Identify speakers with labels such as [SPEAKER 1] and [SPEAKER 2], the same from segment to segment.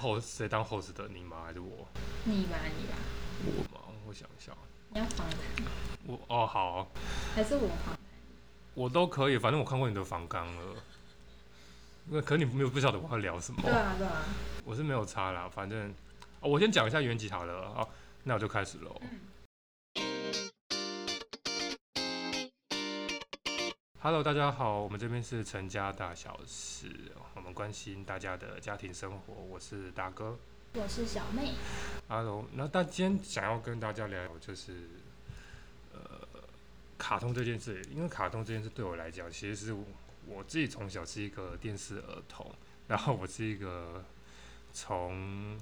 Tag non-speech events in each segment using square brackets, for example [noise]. [SPEAKER 1] host 谁当 host 的？你吗？还是我？
[SPEAKER 2] 你吧，你吧，
[SPEAKER 1] 我吗？我想一下，
[SPEAKER 2] 你要访谈
[SPEAKER 1] 我哦好，
[SPEAKER 2] 还是我访？
[SPEAKER 1] 我都可以，反正我看过你的访纲了。那可你没有不晓得我要聊什么
[SPEAKER 2] 对，啊，对啊，
[SPEAKER 1] 我是没有差啦，反正、哦我先讲一下原籍好了啊、哦那我就开始喽。Hello，大家好，我们这边是陈家大小事，我们关心大家的家庭生活，我是大哥。
[SPEAKER 2] 我是小妹，
[SPEAKER 1] Hello，那大今天想要跟大家聊就是，呃，卡通这件事，因为卡通这件事对我来讲，其实是我我自己从小是一个电视呃儿童，然后我是一个从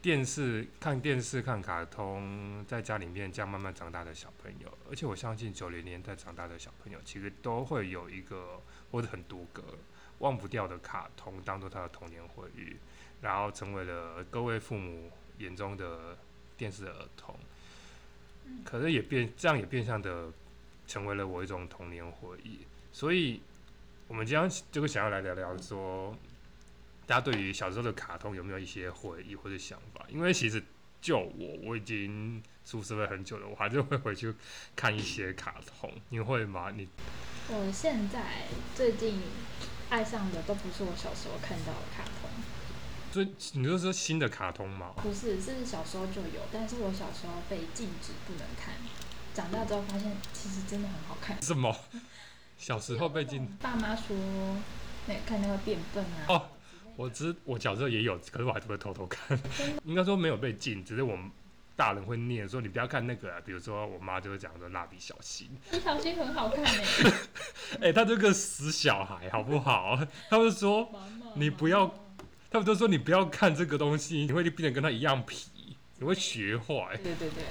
[SPEAKER 1] 电视看电视看卡通，在家里面这样慢慢长大的小朋友，而且我相信九零年代长大的小朋友，其实都会有一个或者很多个忘不掉的卡通当做他的童年回忆。然后成为了各位父母眼中的电视儿童。可是也变这样也变相的成为了我一种童年回忆。所以，我们今天就想要来聊聊说，大家对于小时候的卡通有没有一些回忆或者想法？因为其实就我，我已经出社会很久了，我还是会回去看一些卡通。你会吗？你
[SPEAKER 2] 我现在最近爱上的都不是我小时候看到的卡通，
[SPEAKER 1] 最你就说新的卡通吗？
[SPEAKER 2] 不是，是小时候就有，但是我小时候被禁止不能看，长大之后发现其实真的很好看。
[SPEAKER 1] 什么？小时候被禁
[SPEAKER 2] 爸妈说，那个看那个变笨啊，
[SPEAKER 1] 哦，我知我小时候也有，可是我还是会偷偷看。 [laughs] 应该说没有被禁，只是我们大人会念说你不要看那个、啊。比如说我妈就会讲说蜡笔小新，
[SPEAKER 2] 一条心很好看诶、
[SPEAKER 1] 哎、他这个死小孩好不好？他们说
[SPEAKER 2] 妈妈
[SPEAKER 1] 你不要他们都说你不要看这个东西，你会变得跟他一样皮，你会学坏。
[SPEAKER 2] 对对对，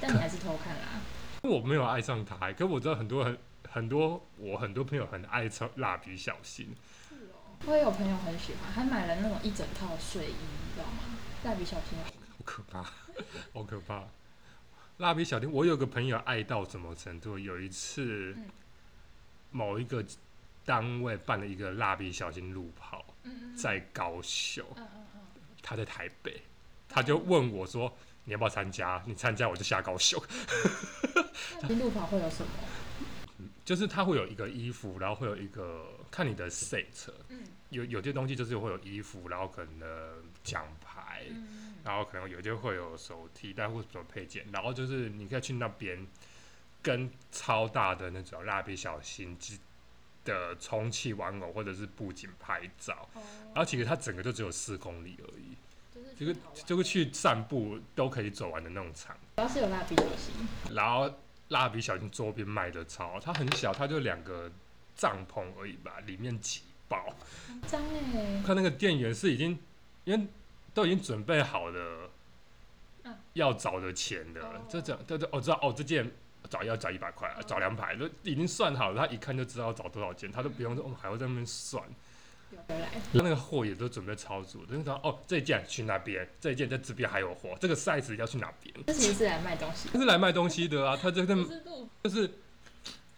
[SPEAKER 2] 但你还是偷看啦。
[SPEAKER 1] 我没有爱上他、可我知道很多很很多我很多朋友很爱上蜡笔小新。
[SPEAKER 2] 我也有朋友很喜欢，还买了那种一整套睡衣，你知道吗？蜡笔小新
[SPEAKER 1] 好可怕， [laughs] 好可怕！蜡笔小新，我有个朋友爱到什么程度？有一次
[SPEAKER 2] 嗯，
[SPEAKER 1] 某一个单位办了一个蜡笔小新路跑，
[SPEAKER 2] 嗯
[SPEAKER 1] 在高雄，
[SPEAKER 2] 嗯嗯嗯，
[SPEAKER 1] 他在台北，他就问我说：“你要不要参加？你参加我就下高雄。 [laughs]
[SPEAKER 2] 那路跑会有什么？”
[SPEAKER 1] 就是他会有一个衣服，然后会有一个看你的 set，
[SPEAKER 2] 嗯
[SPEAKER 1] 有有些东西就是会有衣服，然后可能奖牌，
[SPEAKER 2] 嗯
[SPEAKER 1] 然后可能有些会有手提袋或者什么配件，然后就是你可以去那边跟超大的那种蜡笔小新机的充气玩偶或者是布景拍照，
[SPEAKER 2] 哦
[SPEAKER 1] 然后其实它整个就只有四公里而已，
[SPEAKER 2] 就是
[SPEAKER 1] 这个这个去散步都可以走完的那种场，
[SPEAKER 2] 主要是有蜡笔小新，
[SPEAKER 1] 然后蜡笔小新周边卖的超好，它很小，它就两个帐篷而已吧，里面挤爆，
[SPEAKER 2] 脏哎、
[SPEAKER 1] 看那个店员是已经，因为都已经准备好了，
[SPEAKER 2] 嗯
[SPEAKER 1] 要找的钱的，
[SPEAKER 2] 哦嗯
[SPEAKER 1] 这这这这，我、知道哦，这件找要找一百块，找两百，都已经算好了，他一看就知道找多少钱，他都不用说，哦，还要在那边算，
[SPEAKER 2] 有回来，
[SPEAKER 1] 那个货也都准备超足，就是说哦，这件去那边，这件在这边还有货，这个 size 要去哪边，
[SPEAKER 2] 这其实是来卖东西，
[SPEAKER 1] 他是来卖东西的啊，他这个
[SPEAKER 2] 是路
[SPEAKER 1] 就是。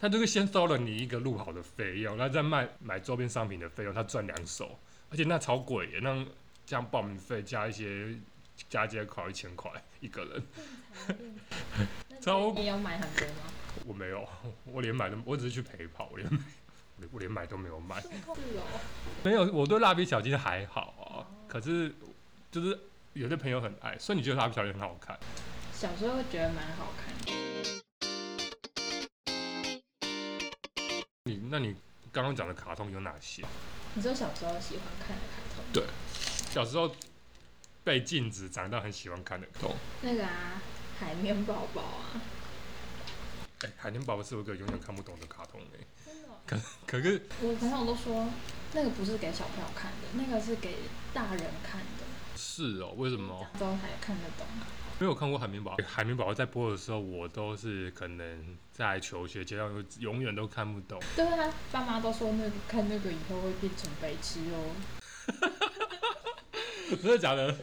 [SPEAKER 1] 他就是先收了你一个录好的费用，然后再卖买周边商品的费用，他赚两手，而且那超贵耶，那这样报名费加一些加一些考一千块一个人， [laughs] 超
[SPEAKER 2] 你有买很多吗？
[SPEAKER 1] 我没有， [laughs] 我连买都我只是去陪跑，我连买我连买都没有买，
[SPEAKER 2] 是哦，
[SPEAKER 1] 没有，我对蜡笔小新还好啊，可是就是有的朋友很爱，所以你觉得蜡笔小新很好看？
[SPEAKER 2] 小时候觉得蛮好看的。
[SPEAKER 1] 你那你刚刚讲的卡通有哪些？
[SPEAKER 2] 你说小时候喜欢看的卡通，
[SPEAKER 1] 小时候被禁止，长大很喜欢看的卡通。
[SPEAKER 2] 那个啊，海绵宝宝啊，
[SPEAKER 1] 哎、海绵宝宝是我一个永远看不懂的卡通哎、 [laughs]
[SPEAKER 2] 真的哦、
[SPEAKER 1] 可可是
[SPEAKER 2] 我朋友都说那个不是给小朋友看的，那个是给大人看的，
[SPEAKER 1] 是哦，为什么
[SPEAKER 2] 之后才看得懂。
[SPEAKER 1] 没有看过海绵宝宝？海绵宝宝在播的时候，我都是可能在求学阶段，我永远都看不懂。
[SPEAKER 2] 对啊，爸妈都说那个看那个以后会变成白痴哦，
[SPEAKER 1] [laughs] 真的假的？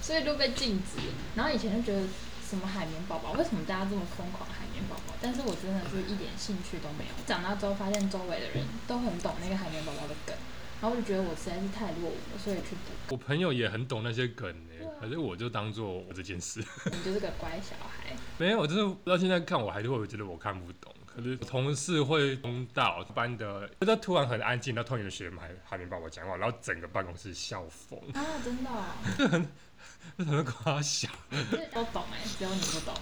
[SPEAKER 2] 所以就被禁止。然后以前就觉得什么海绵宝宝，为什么大家这么疯狂海绵宝宝？但是我真的是一点兴趣都没有。长大之后发现周围的人都很懂那个海绵宝宝的梗，然后我就觉得我实在是太落伍了，所以去补
[SPEAKER 1] 我朋友也很懂那些梗哎、
[SPEAKER 2] 对啊
[SPEAKER 1] 反正我就当做我这件事。 [laughs]
[SPEAKER 2] 课。你就是个乖小孩，
[SPEAKER 1] 没有，就是到现在看我还是会觉得我看不懂。可是同事会通到班的，就突然很安静，然后突然有学生还还没帮我讲话，然后整个办公室笑疯，
[SPEAKER 2] [laughs]
[SPEAKER 1] [laughs]
[SPEAKER 2] 啊，真的、哦，
[SPEAKER 1] 那很夸笑。
[SPEAKER 2] 都懂哎、只有你不懂，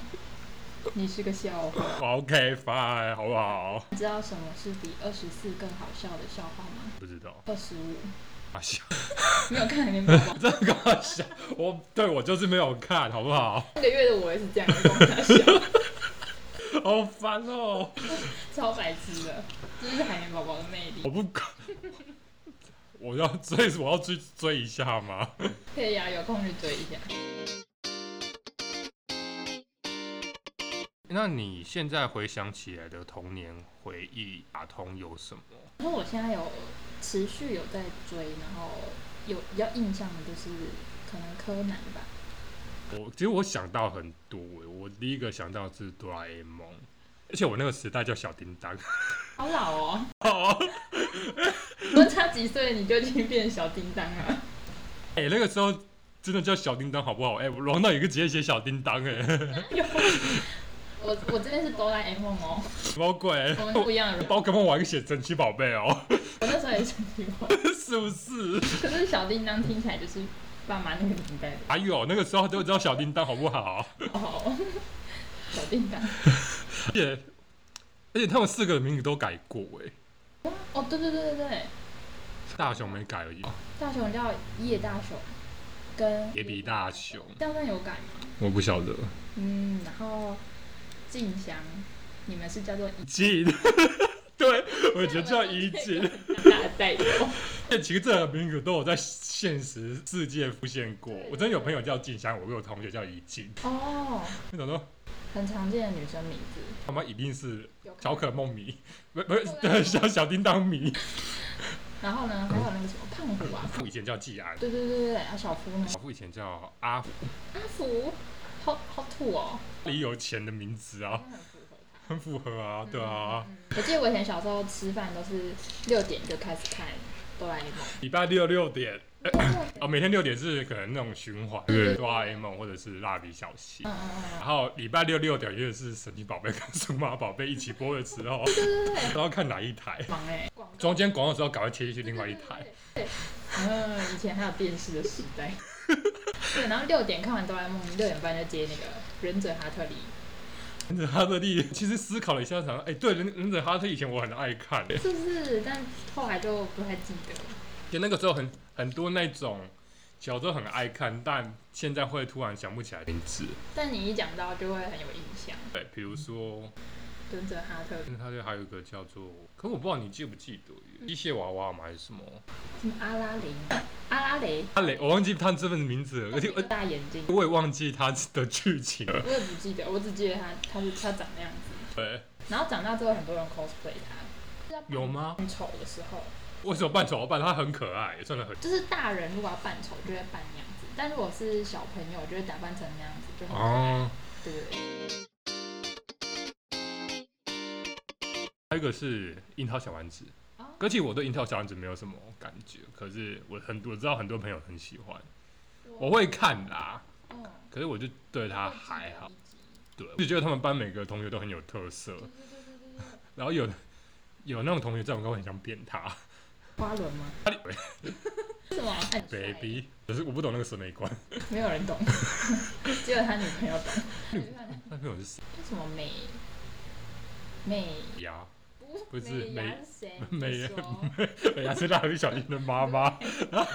[SPEAKER 2] 你是个笑话。
[SPEAKER 1] OK fine，好不好？
[SPEAKER 2] 你知道什么是比二十四更好笑的笑话吗？
[SPEAKER 1] 不知道，
[SPEAKER 2] 二十五，
[SPEAKER 1] 啊笑，。
[SPEAKER 2] 没有看你们 [laughs] 宝宝
[SPEAKER 1] 这个好笑，我对我就是没有看好不好？ [laughs]
[SPEAKER 2] 那个月的我也是这样，光他笑，
[SPEAKER 1] 好烦哦，
[SPEAKER 2] 超白痴的，这就是海绵宝宝的魅力
[SPEAKER 1] 我。不管，我要追，我要去追一下吗？
[SPEAKER 2] 可以啊，有空去追一下。
[SPEAKER 1] 那你现在回想起来的童年回忆，打通有什么？
[SPEAKER 2] 然后我现在有持续有在追，然后有比较印象的就是可能柯南吧，
[SPEAKER 1] 我其实我想到很多欸，我第一个想到的是哆啦 A 梦，而且我那个时代叫小叮当。 [laughs]
[SPEAKER 2] 好老哦，
[SPEAKER 1] 哦，
[SPEAKER 2] 我差几岁你就已经变小叮当啊了。
[SPEAKER 1] 哎，那个时候真的叫小叮当好不好？哎、我王导有一个直接写小叮当、哎，
[SPEAKER 2] 我我这边是哆啦 A 梦哦，
[SPEAKER 1] 什么鬼？
[SPEAKER 2] 我们是不一样的 [laughs] 人。
[SPEAKER 1] 宝可梦我还可以写神奇宝贝哦， [laughs]
[SPEAKER 2] 我那时候也想喜欢，
[SPEAKER 1] 是不是？
[SPEAKER 2] 可是小叮当听起来就是爸妈那个年代的
[SPEAKER 1] 还有哎那个时候都知道小叮当好不好？
[SPEAKER 2] [laughs] 哦， [laughs] 小叮当。
[SPEAKER 1] 而且而且他们四个的名字都改过哎、
[SPEAKER 2] 哦，对对对对对，
[SPEAKER 1] 大雄没改而已，
[SPEAKER 2] 大雄叫叶大雄，跟
[SPEAKER 1] 也比大雄，
[SPEAKER 2] 大雄有改吗？
[SPEAKER 1] 我不晓得。
[SPEAKER 2] 嗯，然后静香，你们是叫做
[SPEAKER 1] 锦， [laughs] 对，我觉得叫怡锦。
[SPEAKER 2] 大代沟。
[SPEAKER 1] 欸其实这个名字都有在现实世界出现过
[SPEAKER 2] 对。
[SPEAKER 1] 我真的有朋友叫静香，我有同学叫怡静。
[SPEAKER 2] 哦，
[SPEAKER 1] 那种说
[SPEAKER 2] 很常见的女生名字。
[SPEAKER 1] 他妈一定是
[SPEAKER 2] 有看
[SPEAKER 1] 小可梦迷，不不是
[SPEAKER 2] 哆啦 A
[SPEAKER 1] 对
[SPEAKER 2] 梦
[SPEAKER 1] 小小叮当迷。
[SPEAKER 2] 然后呢，还有那个什么胖虎啊，
[SPEAKER 1] 我以前叫季安，
[SPEAKER 2] 对对对对对，啊小夫呢？
[SPEAKER 1] 我父以前叫阿福，
[SPEAKER 2] 阿福，好好土哦，
[SPEAKER 1] 里有钱的名字
[SPEAKER 2] 真
[SPEAKER 1] 啊，
[SPEAKER 2] 的很
[SPEAKER 1] 很符
[SPEAKER 2] 符合他。
[SPEAKER 1] 合啊，对啊。
[SPEAKER 2] 嗯。我记得我以前小时候吃饭都是六点就开始看哆啦 A
[SPEAKER 1] 礼拜六六点 [coughs]
[SPEAKER 2] 梦。
[SPEAKER 1] 哦，每天六点是可能那种循环，
[SPEAKER 2] 对
[SPEAKER 1] 对
[SPEAKER 2] 对
[SPEAKER 1] 哆啦 A 梦或者是蜡笔小新。
[SPEAKER 2] 嗯嗯嗯，
[SPEAKER 1] 然后礼拜六六点也是神奇宝贝跟数码宝贝一起播的时候，
[SPEAKER 2] 对对对对，
[SPEAKER 1] 然后看哪一台，
[SPEAKER 2] 嗯忙哎、欸，广告
[SPEAKER 1] 中间广告的时候赶快切去另外一台。。
[SPEAKER 2] 对，嗯，以前还有电视的时
[SPEAKER 1] [laughs]
[SPEAKER 2] 代。对，然后六点看完哆啦 A 梦，六点半就接那个忍者哈特利，
[SPEAKER 1] 忍者哈特利，其实思考了一下，想，哎、对，忍忍者哈特利以前我很爱看、欸，
[SPEAKER 2] 是不是？但后来就不太记得了。
[SPEAKER 1] 就那个时候很很多那种小时候很爱看，但现在会突然想不起来名字。
[SPEAKER 2] 但你一讲到就会很有印象，
[SPEAKER 1] 对，比如说，嗯
[SPEAKER 2] 忍者哈特利，
[SPEAKER 1] 他就还有一个叫做，可我不知道你记不记得耶，机械娃娃嘛还是什么？
[SPEAKER 2] 什么阿拉蕾，阿拉蕾，
[SPEAKER 1] 阿雷，我忘记他这份名字了，而且而呃
[SPEAKER 2] 大眼睛，
[SPEAKER 1] 我也忘记他的剧情了。
[SPEAKER 2] 我也不记得，我只记得他他是他长那样子，
[SPEAKER 1] [laughs] 对，
[SPEAKER 2] 然后长大之后很多人 cosplay 他，
[SPEAKER 1] 有？吗？
[SPEAKER 2] 扮丑的时候，
[SPEAKER 1] 为什么扮丑扮？他很可爱，也真的很
[SPEAKER 2] 就是大人如果要扮丑就会扮那样子，但如果是小朋友就会打扮成那样子，就很可爱，
[SPEAKER 1] 哦。
[SPEAKER 2] 对不对？
[SPEAKER 1] 还有一个是樱桃小丸子
[SPEAKER 2] 哦，
[SPEAKER 1] 可其实我对樱桃小丸子没有什么感觉，可是我很我知道很多朋友很喜欢，我会看啦，
[SPEAKER 2] 嗯，
[SPEAKER 1] 可是我就对他
[SPEAKER 2] 我记得
[SPEAKER 1] 还
[SPEAKER 2] 有
[SPEAKER 1] 好
[SPEAKER 2] 一，集
[SPEAKER 1] 对，我就觉得他们班每个同学都很有特色
[SPEAKER 2] 对，对对对对对，
[SPEAKER 1] 然后有有那种同学在我跟我很想扁 [laughs] 他
[SPEAKER 2] 花轮吗？为什么？很帅耶
[SPEAKER 1] ，baby，可是我不懂那个审美观，
[SPEAKER 2] 没有 [laughs] 人懂，只有他女朋友懂，他女朋友
[SPEAKER 1] 那朋友是谁
[SPEAKER 2] 叫什么美美。
[SPEAKER 1] [laughs] 呀？
[SPEAKER 2] 不
[SPEAKER 1] 不是
[SPEAKER 2] 美
[SPEAKER 1] 美
[SPEAKER 2] 牙是谁？
[SPEAKER 1] 美
[SPEAKER 2] 你说
[SPEAKER 1] 哎呀，是蜡笔小新的妈妈，
[SPEAKER 2] 哎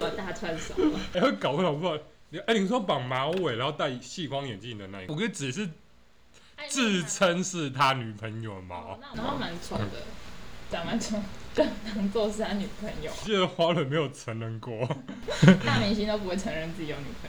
[SPEAKER 2] 我大串烧了。
[SPEAKER 1] 哎，会搞混好不好？你哎，你说绑马尾然后戴细框眼镜的那一个，我跟只是自称是他女朋友
[SPEAKER 2] 哦
[SPEAKER 1] 嘛，，
[SPEAKER 2] 那然后蛮丑的，长蛮 [laughs] 丑，就当做是他女朋
[SPEAKER 1] [laughs]
[SPEAKER 2] 友。
[SPEAKER 1] 记得花轮没有承认过。
[SPEAKER 2] 大明星都不会承认自己有女朋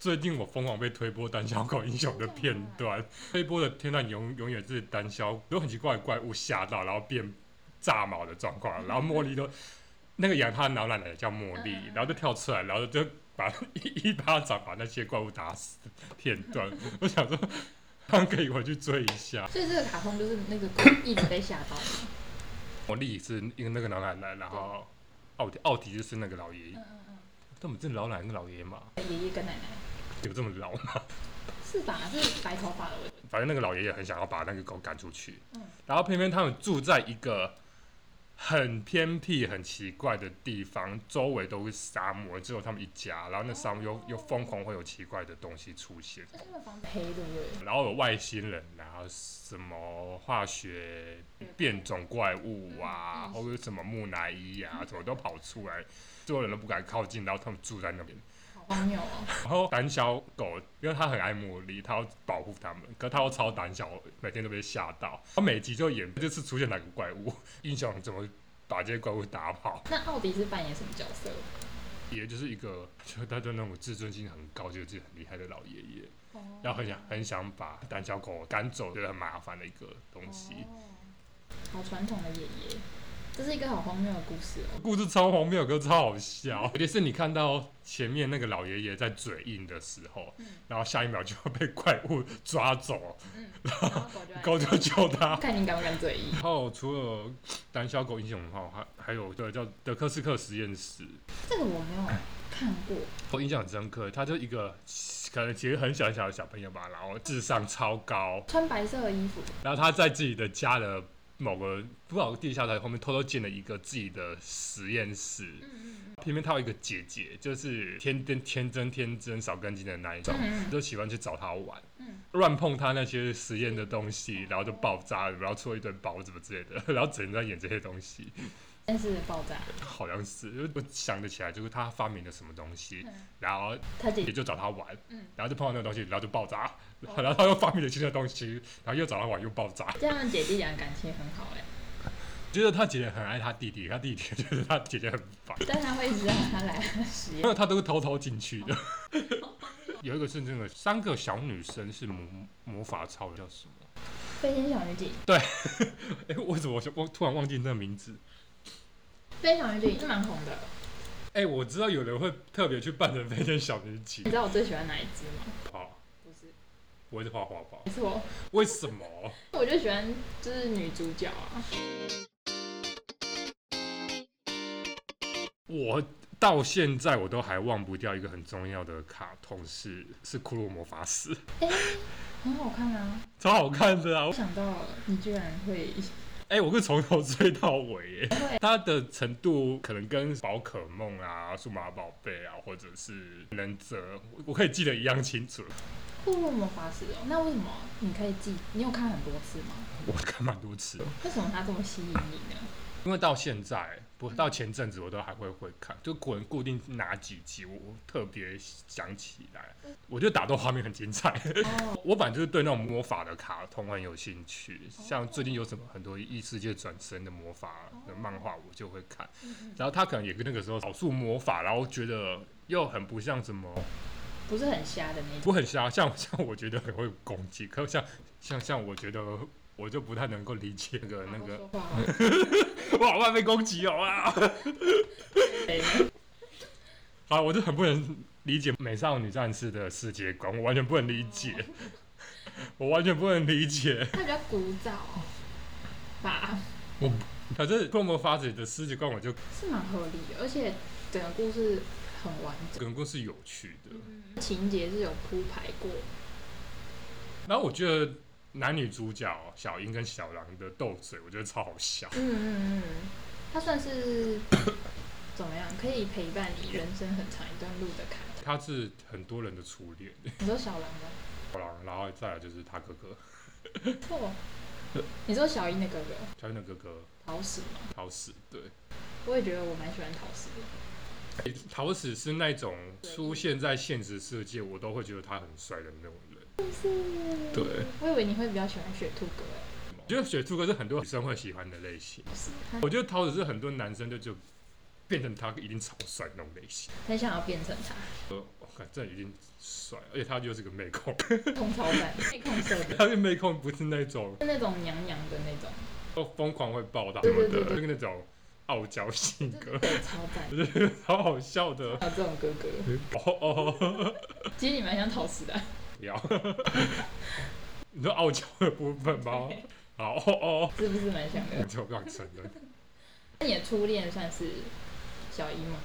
[SPEAKER 1] 最近我疯狂被推播胆小狗英雄的片
[SPEAKER 2] 嗯
[SPEAKER 1] 段，推播的片段永永远是胆小，有很奇怪的怪物吓到，然后变炸毛的状
[SPEAKER 2] 嗯
[SPEAKER 1] 况，然后茉莉都那个养它的老奶奶叫茉莉
[SPEAKER 2] 嗯嗯嗯，
[SPEAKER 1] 然后就跳出来，然后就把一一巴掌把那些怪物打死的片
[SPEAKER 2] [laughs]
[SPEAKER 1] 段，我想说。他们可以回去追一下。
[SPEAKER 2] 所以这个卡通就是那个狗一直被吓到嘛。
[SPEAKER 1] 茉莉是因为那个老奶奶，然后奥迪奥迪就是那个老爷爷
[SPEAKER 2] 嗯，嗯
[SPEAKER 1] 他们这老奶奶是老爷爷嘛，
[SPEAKER 2] 嗯，爷爷跟奶奶
[SPEAKER 1] 有这么老吗？
[SPEAKER 2] 是吧？是白头发的，我觉得
[SPEAKER 1] 反正那个老爷爷很想要把那个狗赶出去，
[SPEAKER 2] 嗯
[SPEAKER 1] 然后偏偏他们住在一个很偏僻、很奇怪的地方，周围都是沙漠，只有他们一家，然后那沙漠
[SPEAKER 2] 哦
[SPEAKER 1] 又又疯狂会有奇怪的东西出现，
[SPEAKER 2] 那他们房子黑对不对？
[SPEAKER 1] 然后有外星人啊，什么化学变种怪物啊，
[SPEAKER 2] 嗯嗯嗯嗯
[SPEAKER 1] 或者什么木乃伊啊，什么都跑出来，所有人都不敢靠近，然后他们住在那边。
[SPEAKER 2] 好荒谬哦！
[SPEAKER 1] 然后胆小狗，因为它很爱茉莉，它要保护它们，可它又超胆小，每天都被吓到。它每集就演这次出现哪个怪物，英雄怎么把这些怪物打跑，
[SPEAKER 2] 那奥迪是扮演什么角色？
[SPEAKER 1] 也就是一个，就他就那种自尊心很高，就自己很厉害的老爷爷，
[SPEAKER 2] 哦
[SPEAKER 1] 然后很想很想把胆小狗赶走，觉得很麻烦的一个东西。
[SPEAKER 2] 哦好传统的爷爷，这是一个好荒谬的故事 [laughs] 哦。
[SPEAKER 1] 故事超荒谬，可是超好笑，尤其是你看到前面那个老爷爷在嘴硬的时候，
[SPEAKER 2] 嗯
[SPEAKER 1] 然后下一秒就要被怪物抓走，
[SPEAKER 2] 嗯，然后狗就来
[SPEAKER 1] 狗就救他。
[SPEAKER 2] 看你敢不敢嘴硬。
[SPEAKER 1] 然后除了胆小狗英雄号，还还有对叫德克斯克实验室，
[SPEAKER 2] 这个我没有看过，
[SPEAKER 1] 我印象很深刻。他就一个可能其实很小很小的小朋友吧，然后智商超高，
[SPEAKER 2] 穿白色的衣服，
[SPEAKER 1] 然后他在自己的家的某个不知道地下台后面偷偷建了一个自己的实验室。
[SPEAKER 2] 嗯
[SPEAKER 1] 偏偏他有一个姐姐，就是天真天真天真少根筋的那一种，
[SPEAKER 2] 嗯
[SPEAKER 1] 就喜欢去找他玩，
[SPEAKER 2] 嗯
[SPEAKER 1] 乱碰他那些实验的东西，然后就爆炸，然后出了一堆包什么之类的， [laughs] 然后整天在演这些东西。
[SPEAKER 2] 但是爆炸，
[SPEAKER 1] 好像是，我想得起来，就是他发明了什么东西，
[SPEAKER 2] 嗯
[SPEAKER 1] 然后
[SPEAKER 2] 他姐
[SPEAKER 1] 也就找他玩，
[SPEAKER 2] 嗯，
[SPEAKER 1] 然后就碰到那个东西，然后就爆炸，
[SPEAKER 2] 哦
[SPEAKER 1] 然后他又发明了新的东西，然后又找他玩，又爆炸。
[SPEAKER 2] 这样姐弟俩感情很好哎，
[SPEAKER 1] 觉得他姐姐很爱他弟弟，他弟弟觉得他姐姐很烦，
[SPEAKER 2] 但他会一直让他来实
[SPEAKER 1] 因
[SPEAKER 2] 验。
[SPEAKER 1] 为他都是偷偷进去的。 [laughs] 有一个是那个三个小女生是魔魔法超人叫什么？
[SPEAKER 2] 飞天小女警，
[SPEAKER 1] 哎、为什么我想我突然忘记那个名字？
[SPEAKER 2] 飞天小女警是蛮红的，
[SPEAKER 1] 哎、我知道有人会特别去扮成飞天小女警
[SPEAKER 2] 你知道我最喜欢哪一只吗？
[SPEAKER 1] 跑，
[SPEAKER 2] 不是，
[SPEAKER 1] 我也是画画吧？
[SPEAKER 2] 没错，
[SPEAKER 1] 为什么？
[SPEAKER 2] 我就喜欢就是女主角啊，
[SPEAKER 1] 我到现在我都还忘不掉一个很重要的卡通是是《骷髅魔法使》，
[SPEAKER 2] 很好看啊。
[SPEAKER 1] 超好看的啊！
[SPEAKER 2] 我想到你居然会
[SPEAKER 1] 哎、我是从头追到尾耶
[SPEAKER 2] 对，
[SPEAKER 1] 它的程度可能跟宝可梦啊、数码宝贝啊，或者是忍者，我我可以记得一样清楚。
[SPEAKER 2] 库洛魔法使哦，那为什么你可以记？你有看很多次吗？
[SPEAKER 1] 我看蛮多次的，
[SPEAKER 2] 为什么它这么吸引你呢？
[SPEAKER 1] 因为到现在不到前阵子我都还会会看，就可能固定哪几集我我特别想起来，我觉得打斗画面很精彩。
[SPEAKER 2] 哦，
[SPEAKER 1] 我本来就是对那种魔法的卡通很有兴趣，像最近有什么很多异世界转身的魔法的漫画，我就会看。
[SPEAKER 2] 嗯嗯
[SPEAKER 1] 然后他可能也跟那个时候少数魔法，然后觉得又很不像什么，
[SPEAKER 2] 不是很瞎的那种。
[SPEAKER 1] 不很像像像我觉得很会攻击，可像像像我觉得我就不太能够理解那个那
[SPEAKER 2] 好
[SPEAKER 1] 个，
[SPEAKER 2] 好说话哦，
[SPEAKER 1] 我好怕被攻击哦啊！
[SPEAKER 2] 对
[SPEAKER 1] 啊，我就很不能理解美少女战士的世界观，我完全不能理解，
[SPEAKER 2] 哦
[SPEAKER 1] 我完全不能理解。
[SPEAKER 2] 它比较古早哦吧，
[SPEAKER 1] 可是《库洛魔法使》的世界观我就是
[SPEAKER 2] 蛮合理的，而且整个故事很完整，
[SPEAKER 1] 整个是有趣的。
[SPEAKER 2] 情节是有铺排过。
[SPEAKER 1] 然后我觉得男女主角小樱跟小狼的斗嘴，我觉得超好笑。
[SPEAKER 2] 嗯嗯嗯，它算是怎么样？可以陪伴你人生很长一段路的卡通。
[SPEAKER 1] 他是很多人的初恋，
[SPEAKER 2] 你说小狼吗？
[SPEAKER 1] 小狼，然后再来就是他哥哥，
[SPEAKER 2] 错，你说小樱的哥哥
[SPEAKER 1] 小樱的哥哥
[SPEAKER 2] 桃矢吗？
[SPEAKER 1] 桃矢，对。
[SPEAKER 2] 我也觉得我蛮喜欢桃矢的。
[SPEAKER 1] 桃矢是那种出现在现实世界，我都会觉得他很帅的那种人。
[SPEAKER 2] 是
[SPEAKER 1] 对，
[SPEAKER 2] 我以为你会比较喜欢雪兔哥哎，
[SPEAKER 1] 我觉得雪兔哥是很多女生会喜欢的类型。
[SPEAKER 2] 是他
[SPEAKER 1] 我觉得桃子是很多男生就就变成他一定超帅那种类型。
[SPEAKER 2] 很想要变成他。
[SPEAKER 1] 我看这已经帅，而且他就是个妹控， [laughs]
[SPEAKER 2] 空超版，被控色的，
[SPEAKER 1] 他是妹控，不是那种
[SPEAKER 2] 是那种娘娘的那种，
[SPEAKER 1] 哦疯狂会暴打什
[SPEAKER 2] 对
[SPEAKER 1] 么
[SPEAKER 2] 对
[SPEAKER 1] 的，
[SPEAKER 2] 对
[SPEAKER 1] 就是那种傲娇性
[SPEAKER 2] 真
[SPEAKER 1] 格
[SPEAKER 2] 的，对，超赞。
[SPEAKER 1] 超好笑的。
[SPEAKER 2] 还有这种哥哥，
[SPEAKER 1] 哦哦，
[SPEAKER 2] 其实你蛮像陶瓷的。
[SPEAKER 1] 不要。你说傲娇的部分吗？
[SPEAKER 2] 对
[SPEAKER 1] 好哦哦，
[SPEAKER 2] 是不是蛮像
[SPEAKER 1] 我
[SPEAKER 2] 的？
[SPEAKER 1] 就不想承认。
[SPEAKER 2] 那你的初恋算是小一吗？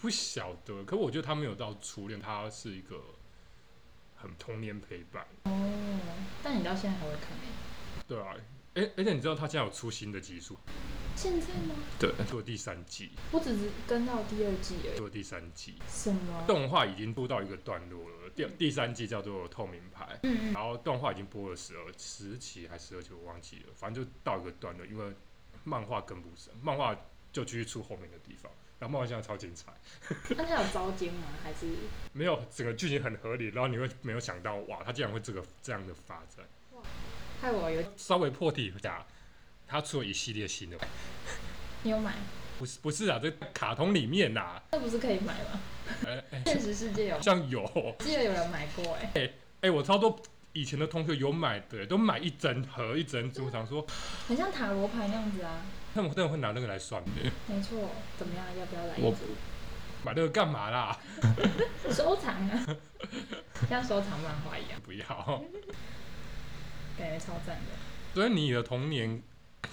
[SPEAKER 1] 不晓得，可我觉得他没有到初恋，他是一个很童年陪伴，
[SPEAKER 2] 哦，但你到现在还会看欸
[SPEAKER 1] 对啊。哎、而且你知道他现在有出新的集数，
[SPEAKER 2] 现在吗？
[SPEAKER 1] 对，做第三季，
[SPEAKER 2] 我只是跟到第二季而已。
[SPEAKER 1] 做第三季，
[SPEAKER 2] 什么？
[SPEAKER 1] 动画已经播到一个段落了，第第三季叫做《透明牌》，
[SPEAKER 2] 嗯嗯，
[SPEAKER 1] 然后动画已经播了十二十期还是十二期，我忘记了，反正就到一个段落，因为漫画跟不上，漫画就继续出后面的地方，然后漫画现在超精彩，
[SPEAKER 2] 那他有招奸吗？还是？
[SPEAKER 1] 没有整个剧情很合理，然后你会没有想到哇，他竟然会这个这样的发展。
[SPEAKER 2] 害我有，
[SPEAKER 1] 稍微破题一下，他出了一系列新的，
[SPEAKER 2] 你有买？
[SPEAKER 1] 不是不是啊，这卡通里面呐、啊，
[SPEAKER 2] 那不是可以买吗？
[SPEAKER 1] 呃哎
[SPEAKER 2] 现实世界
[SPEAKER 1] [laughs]
[SPEAKER 2] 有
[SPEAKER 1] 好，像有，哎、
[SPEAKER 2] 记得有人买过哎、
[SPEAKER 1] 我超多以前的同学有买的，都买一整盒一整组，想说
[SPEAKER 2] 很像塔罗牌那样子啊。
[SPEAKER 1] 他们真的会拿那个来算的，
[SPEAKER 2] 没错，怎么样？要不要来一
[SPEAKER 1] 我
[SPEAKER 2] 组？
[SPEAKER 1] 买那个干嘛啦？
[SPEAKER 2] 收藏啊， [laughs] 像收藏漫画一样，
[SPEAKER 1] 不要，
[SPEAKER 2] 感觉超赞的。
[SPEAKER 1] 所以你的童年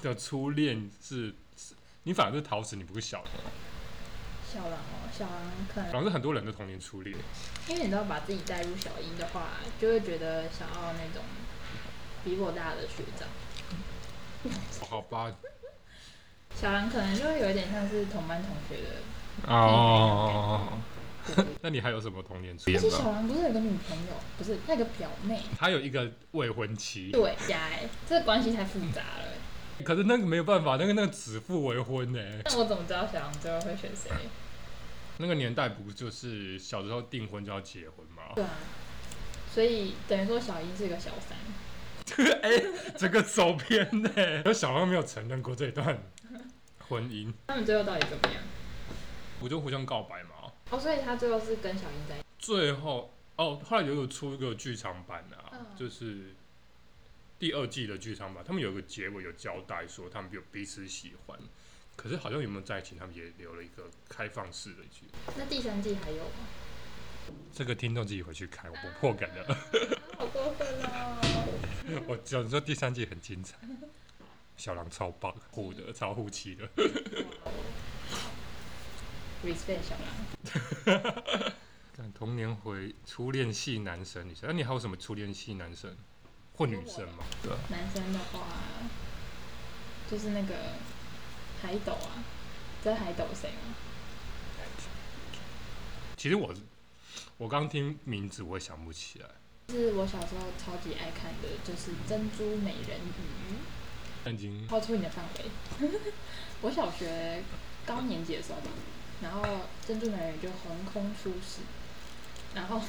[SPEAKER 1] 的初恋是。是你反而是陶瓷，你不是小的，
[SPEAKER 2] 小狼哦，小狼可
[SPEAKER 1] 好像
[SPEAKER 2] 能
[SPEAKER 1] 是很多人的童年初恋。
[SPEAKER 2] 因为你知道把自己带入小一的话，就会觉得想要那种比我大的学长。
[SPEAKER 1] 好吧，
[SPEAKER 2] 小狼可能就会有一点像是同班同学的，
[SPEAKER 1] 哦，
[SPEAKER 2] 对不对
[SPEAKER 1] 那你还有什么童年初
[SPEAKER 2] 而
[SPEAKER 1] 恋
[SPEAKER 2] 且
[SPEAKER 1] 吗？
[SPEAKER 2] 小狼不是有个女朋友，不是那个表妹，
[SPEAKER 1] 还有一个未婚妻，
[SPEAKER 2] 对呀、哎，这关系太复杂了、哎
[SPEAKER 1] 可是那个没有办法，那个那个指腹为婚呢、
[SPEAKER 2] 那我怎么知道小狼最后会选谁？
[SPEAKER 1] 那个年代不就是小时候订婚就要结婚 [laughs] 吗？
[SPEAKER 2] 对啊，所以等于说小一是一个小三。
[SPEAKER 1] 哎、这个走偏呢、我 [laughs] 小时候没有承认过这段婚姻，
[SPEAKER 2] 他们最后到底怎么样？
[SPEAKER 1] 我就互相告白嘛。
[SPEAKER 2] 哦，所以他最后是跟小英在一起。
[SPEAKER 1] 最后哦，后来有有出一个剧场版啊，
[SPEAKER 2] 嗯
[SPEAKER 1] 就是第二季的剧场版，他们有个结尾有交代说他们有彼此喜欢，可是好像有没有在一起，他们也留了一个开放式的剧。
[SPEAKER 2] 那第三季还有吗？
[SPEAKER 1] 这个听众自己回去看，我不破梗
[SPEAKER 2] 啊
[SPEAKER 1] 了。
[SPEAKER 2] 好过分哦！
[SPEAKER 1] [laughs] 我只能说第三季很精彩，小狼超棒，护的超护妻的。
[SPEAKER 2] respect 小狼，
[SPEAKER 1] 看童年回初恋系男神女神，啊那、你还有什么初恋系男神或女生吗？对，
[SPEAKER 2] 男生的话就是那个海斗啊，知道海斗谁吗？
[SPEAKER 1] 其实我我刚听名字我也想不起来，
[SPEAKER 2] 就是我小时候超级爱看的，就是《珍珠美人鱼
[SPEAKER 1] 但已经》，
[SPEAKER 2] 超出你的范围。 [laughs] 我小学高年级的时候吧，然后《珍珠美人鱼》就横空出世，然后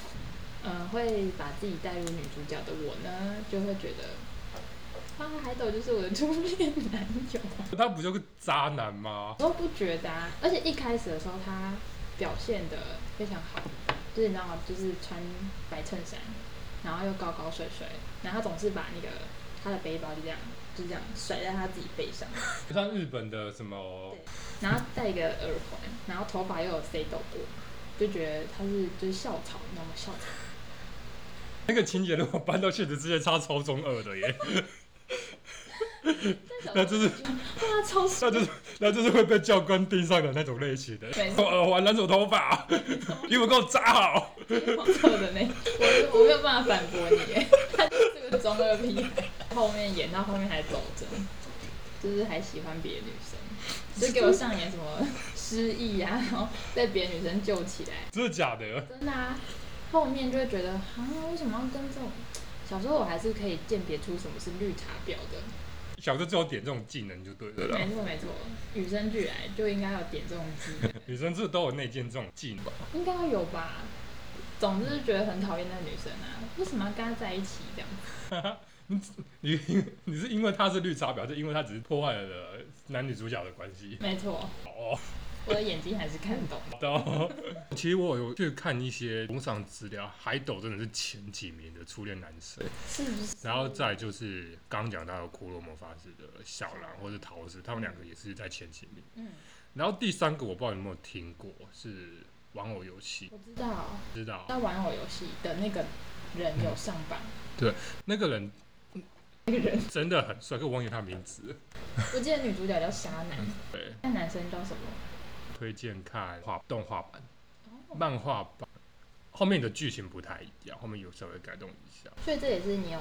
[SPEAKER 2] 嗯、呃会把自己带入女主角的我呢，就会觉得啊，海斗就是我的初恋男友。啊
[SPEAKER 1] 他不就是渣男吗？
[SPEAKER 2] [laughs] 我都不觉得啊，而且一开始的时候他表现的非常好，就是你知道吗？就是穿白衬衫，然后又高高帅帅，然后他总是把那个他的背包就这样就这样甩在他自己背上，
[SPEAKER 1] 像日本的什么
[SPEAKER 2] 对然后戴一个耳环，然后头发又有塞斗过，就觉得他是就是校草，你知道吗？校草。
[SPEAKER 1] [laughs] 那个情节，如果搬到现实世界，差超中二的耶， [laughs] 那就是
[SPEAKER 2] 哇，超帅
[SPEAKER 1] 那就是那就是会被教官盯上的那种类型的。 [laughs]
[SPEAKER 2] 没
[SPEAKER 1] 我
[SPEAKER 2] 错
[SPEAKER 1] 耳环、染手头 [laughs] 发，比我给我扎好。
[SPEAKER 2] 黄色的那，我我没有办法反驳你耶，他就是个中二病，后面演到后面还走着，就是还喜欢别的女生，就给我上演什么失忆呀、然后被别的女生救起来，
[SPEAKER 1] 真的假的？
[SPEAKER 2] 真的啊，后面就会觉得啊，为什么要跟这种？小时候我还是可以鉴别出什么是绿茶婊的，
[SPEAKER 1] 小时候只有点这种技能就对啊了啦
[SPEAKER 2] 没。错没错，与生俱来就应该要点这种技能，
[SPEAKER 1] 女生是都有内建这种技能吧，
[SPEAKER 2] 应该要有吧。总之觉得很讨厌那个女生啊，为什么要跟她在一起这样？
[SPEAKER 1] 你你是因为她是绿茶婊，就因为她只是破坏了男女主角的关系。
[SPEAKER 2] 没错，
[SPEAKER 1] 哦，
[SPEAKER 2] 我的眼睛还是看懂。
[SPEAKER 1] 到， [laughs] 其实我有去看一些工厂资料，海斗真的是前几名的初恋男神，
[SPEAKER 2] 是不是？
[SPEAKER 1] 然后再就是刚刚讲到的骷髅魔法师的小狼或者桃子，他们两个也是在前几名。
[SPEAKER 2] 嗯，
[SPEAKER 1] 然后第三个我不知道你有没有听过，是玩偶游戏，
[SPEAKER 2] 我知道，
[SPEAKER 1] 知道
[SPEAKER 2] 在玩偶游戏的那个人有上
[SPEAKER 1] [laughs]
[SPEAKER 2] 榜，
[SPEAKER 1] 那个人嗯
[SPEAKER 2] 那个人，
[SPEAKER 1] 真的很帅，可我忘记他名字。
[SPEAKER 2] 我记得女主角叫沙男，
[SPEAKER 1] 对，
[SPEAKER 2] 那男生叫什么？
[SPEAKER 1] 推荐看画动画版、
[SPEAKER 2] 哦，
[SPEAKER 1] 漫画版，后面的剧情不太一样，后面有稍微改动一下。
[SPEAKER 2] 所以这也是你有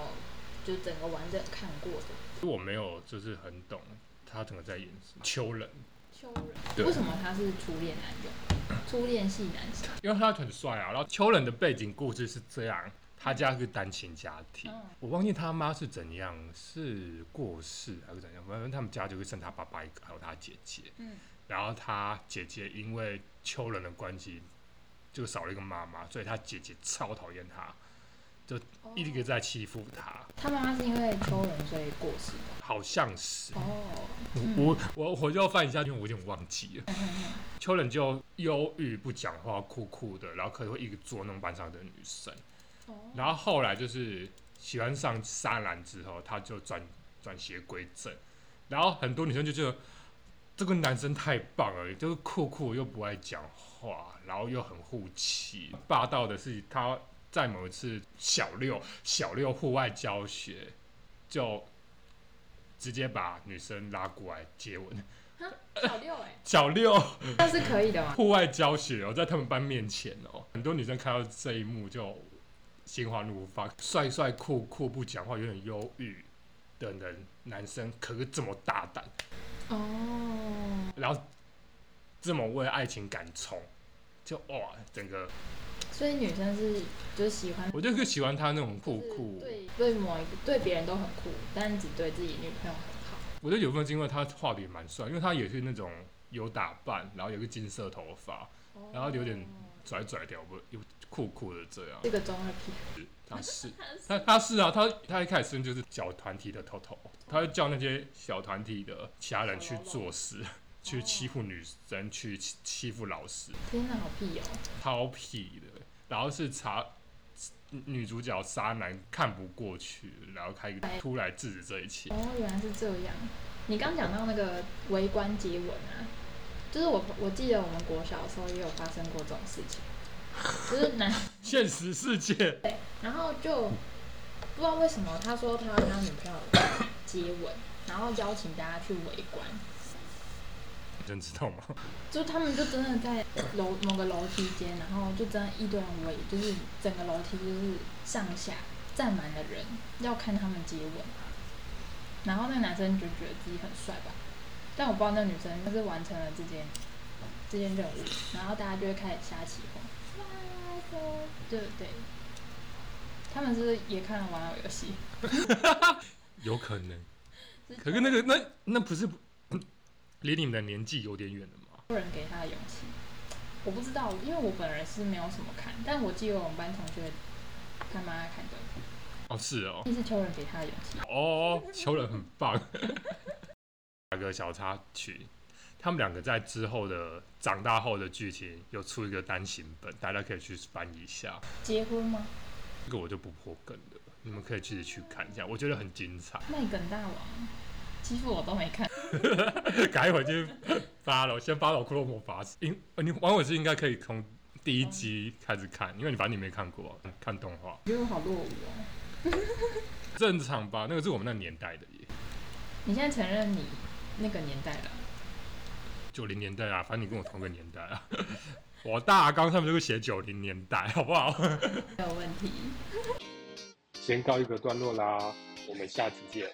[SPEAKER 2] 就整个完整看过的。
[SPEAKER 1] 我没有就是很懂他整个在演什么秋人，
[SPEAKER 2] 秋人
[SPEAKER 1] 对
[SPEAKER 2] 为什么他是初恋男友？初恋系男神。
[SPEAKER 1] 因为他很帅啊。然后秋人的背景故事是这样，他家是单亲家庭，
[SPEAKER 2] 嗯
[SPEAKER 1] 我忘记他妈是怎样，是过世还是怎样，反正他们家就是剩他爸爸一个，还有他姐姐。
[SPEAKER 2] 嗯，
[SPEAKER 1] 然后他姐姐因为秋人的关系，就少了一个妈妈，所以他姐姐超讨厌他，
[SPEAKER 2] 哦
[SPEAKER 1] 一直在欺负他，
[SPEAKER 2] 他妈妈是因为秋人所以过世的。
[SPEAKER 1] 好像是。
[SPEAKER 2] 哦，
[SPEAKER 1] 我我我就翻一下，因为我有点忘记了。
[SPEAKER 2] 嗯嗯嗯
[SPEAKER 1] 秋人就忧郁不讲话，酷酷的，然后可能会一直捉弄班上的女生。
[SPEAKER 2] 哦，
[SPEAKER 1] 然后后来就是喜欢上沙兰之后，他就转转邪归正，然后很多女生就觉得这个男生太棒了，就是酷酷又不爱讲话，然后又很护妻。霸道的是他在某一次小六小六户外教学，就直接把女生拉过来接吻。
[SPEAKER 2] 小六哎，
[SPEAKER 1] 小六
[SPEAKER 2] 那是可以的吗？
[SPEAKER 1] 户外教学哦，在他们班面前哦，很多女生看到这一幕就心花怒放，帅帅酷酷不讲话，有点忧郁的人男生，可是这么大胆，
[SPEAKER 2] 哦，
[SPEAKER 1] 然后这么为爱情敢冲，就哇，整个
[SPEAKER 2] 所以女生是就是喜欢，
[SPEAKER 1] 我就是喜欢他那种酷
[SPEAKER 2] 就是
[SPEAKER 1] 酷，
[SPEAKER 2] 对对某一个对别人都很酷，但只对自己女朋友很好。
[SPEAKER 1] 我觉得有部分是因为他画的也蛮帅，因为他也是那种有打扮，然后有个金色头发，
[SPEAKER 2] 哦
[SPEAKER 1] 然后有点拽拽的，不又酷酷的这样
[SPEAKER 2] 这，个中二癖，
[SPEAKER 1] 他是。[laughs] 他
[SPEAKER 2] 他
[SPEAKER 1] 他是啊，他他一开始就是小团体的头头，他会叫那些小团体的其他人去做事， [laughs] 去欺负女生，去欺欺负老师，
[SPEAKER 2] 天哪，好屁哦！
[SPEAKER 1] 超痞的。然后是查女主角沙男看不过去，然后开始突然制止这一切。
[SPEAKER 2] 哦，原来是这样。你刚讲到那个围观接吻啊，就是我我记得我们国小的时候也有发生过这种事情，就是男，
[SPEAKER 1] 现实世界
[SPEAKER 2] 然后就不知道为什么他说他要跟他女朋友接吻，然后邀请大家去围观，
[SPEAKER 1] 你真知道吗？
[SPEAKER 2] 就他们就真的在楼某个楼梯间，然后就真的一堆人围，就是整个楼梯就是上下站满了人，要看他们接吻。然后那个男生就觉得自己很帅吧，但我不知道那女生就是完成了这件这件任务，然后大家就会开始瞎起哄，哇对对，他们是不是也看了玩偶游戏？
[SPEAKER 1] [laughs] 有可能，
[SPEAKER 2] 是
[SPEAKER 1] 可是那个那那不是嗯离你们的年纪有点远了吗？
[SPEAKER 2] 有人给他的勇气，我不知道，因为我本人是没有什么看，但我记得我们班同学他妈看的。
[SPEAKER 1] 哦，是哦，
[SPEAKER 2] 那是秋人给他的勇气。
[SPEAKER 1] 哦，球人很 [laughs] 棒。打个小插曲，他们两个在之后的长大后的剧情有出一个单行本，大家可以去翻一下。
[SPEAKER 2] 结婚吗？
[SPEAKER 1] 这个我就不破梗了，你们可以自己去看一下，我觉得很精彩。 [laughs]
[SPEAKER 2] 卖梗大王，几乎我都没看。
[SPEAKER 1] 改回去发了，先发了《骷髅魔法使》。因呃你玩我是应该可以从第一集开始看，因为你反正你没看过啊、看动画
[SPEAKER 2] 我觉得我好落伍哦。
[SPEAKER 1] 正常吧？那个是我们那年代的耶，
[SPEAKER 2] 你现在承认你那个年代了？
[SPEAKER 1] 九零年代啊，反正你跟我同个年代啊。 [laughs] 我大纲上面就是写九零年代，好不好？ [laughs]
[SPEAKER 2] 没有问题。
[SPEAKER 1] 先告一个段落啦，我们下期见，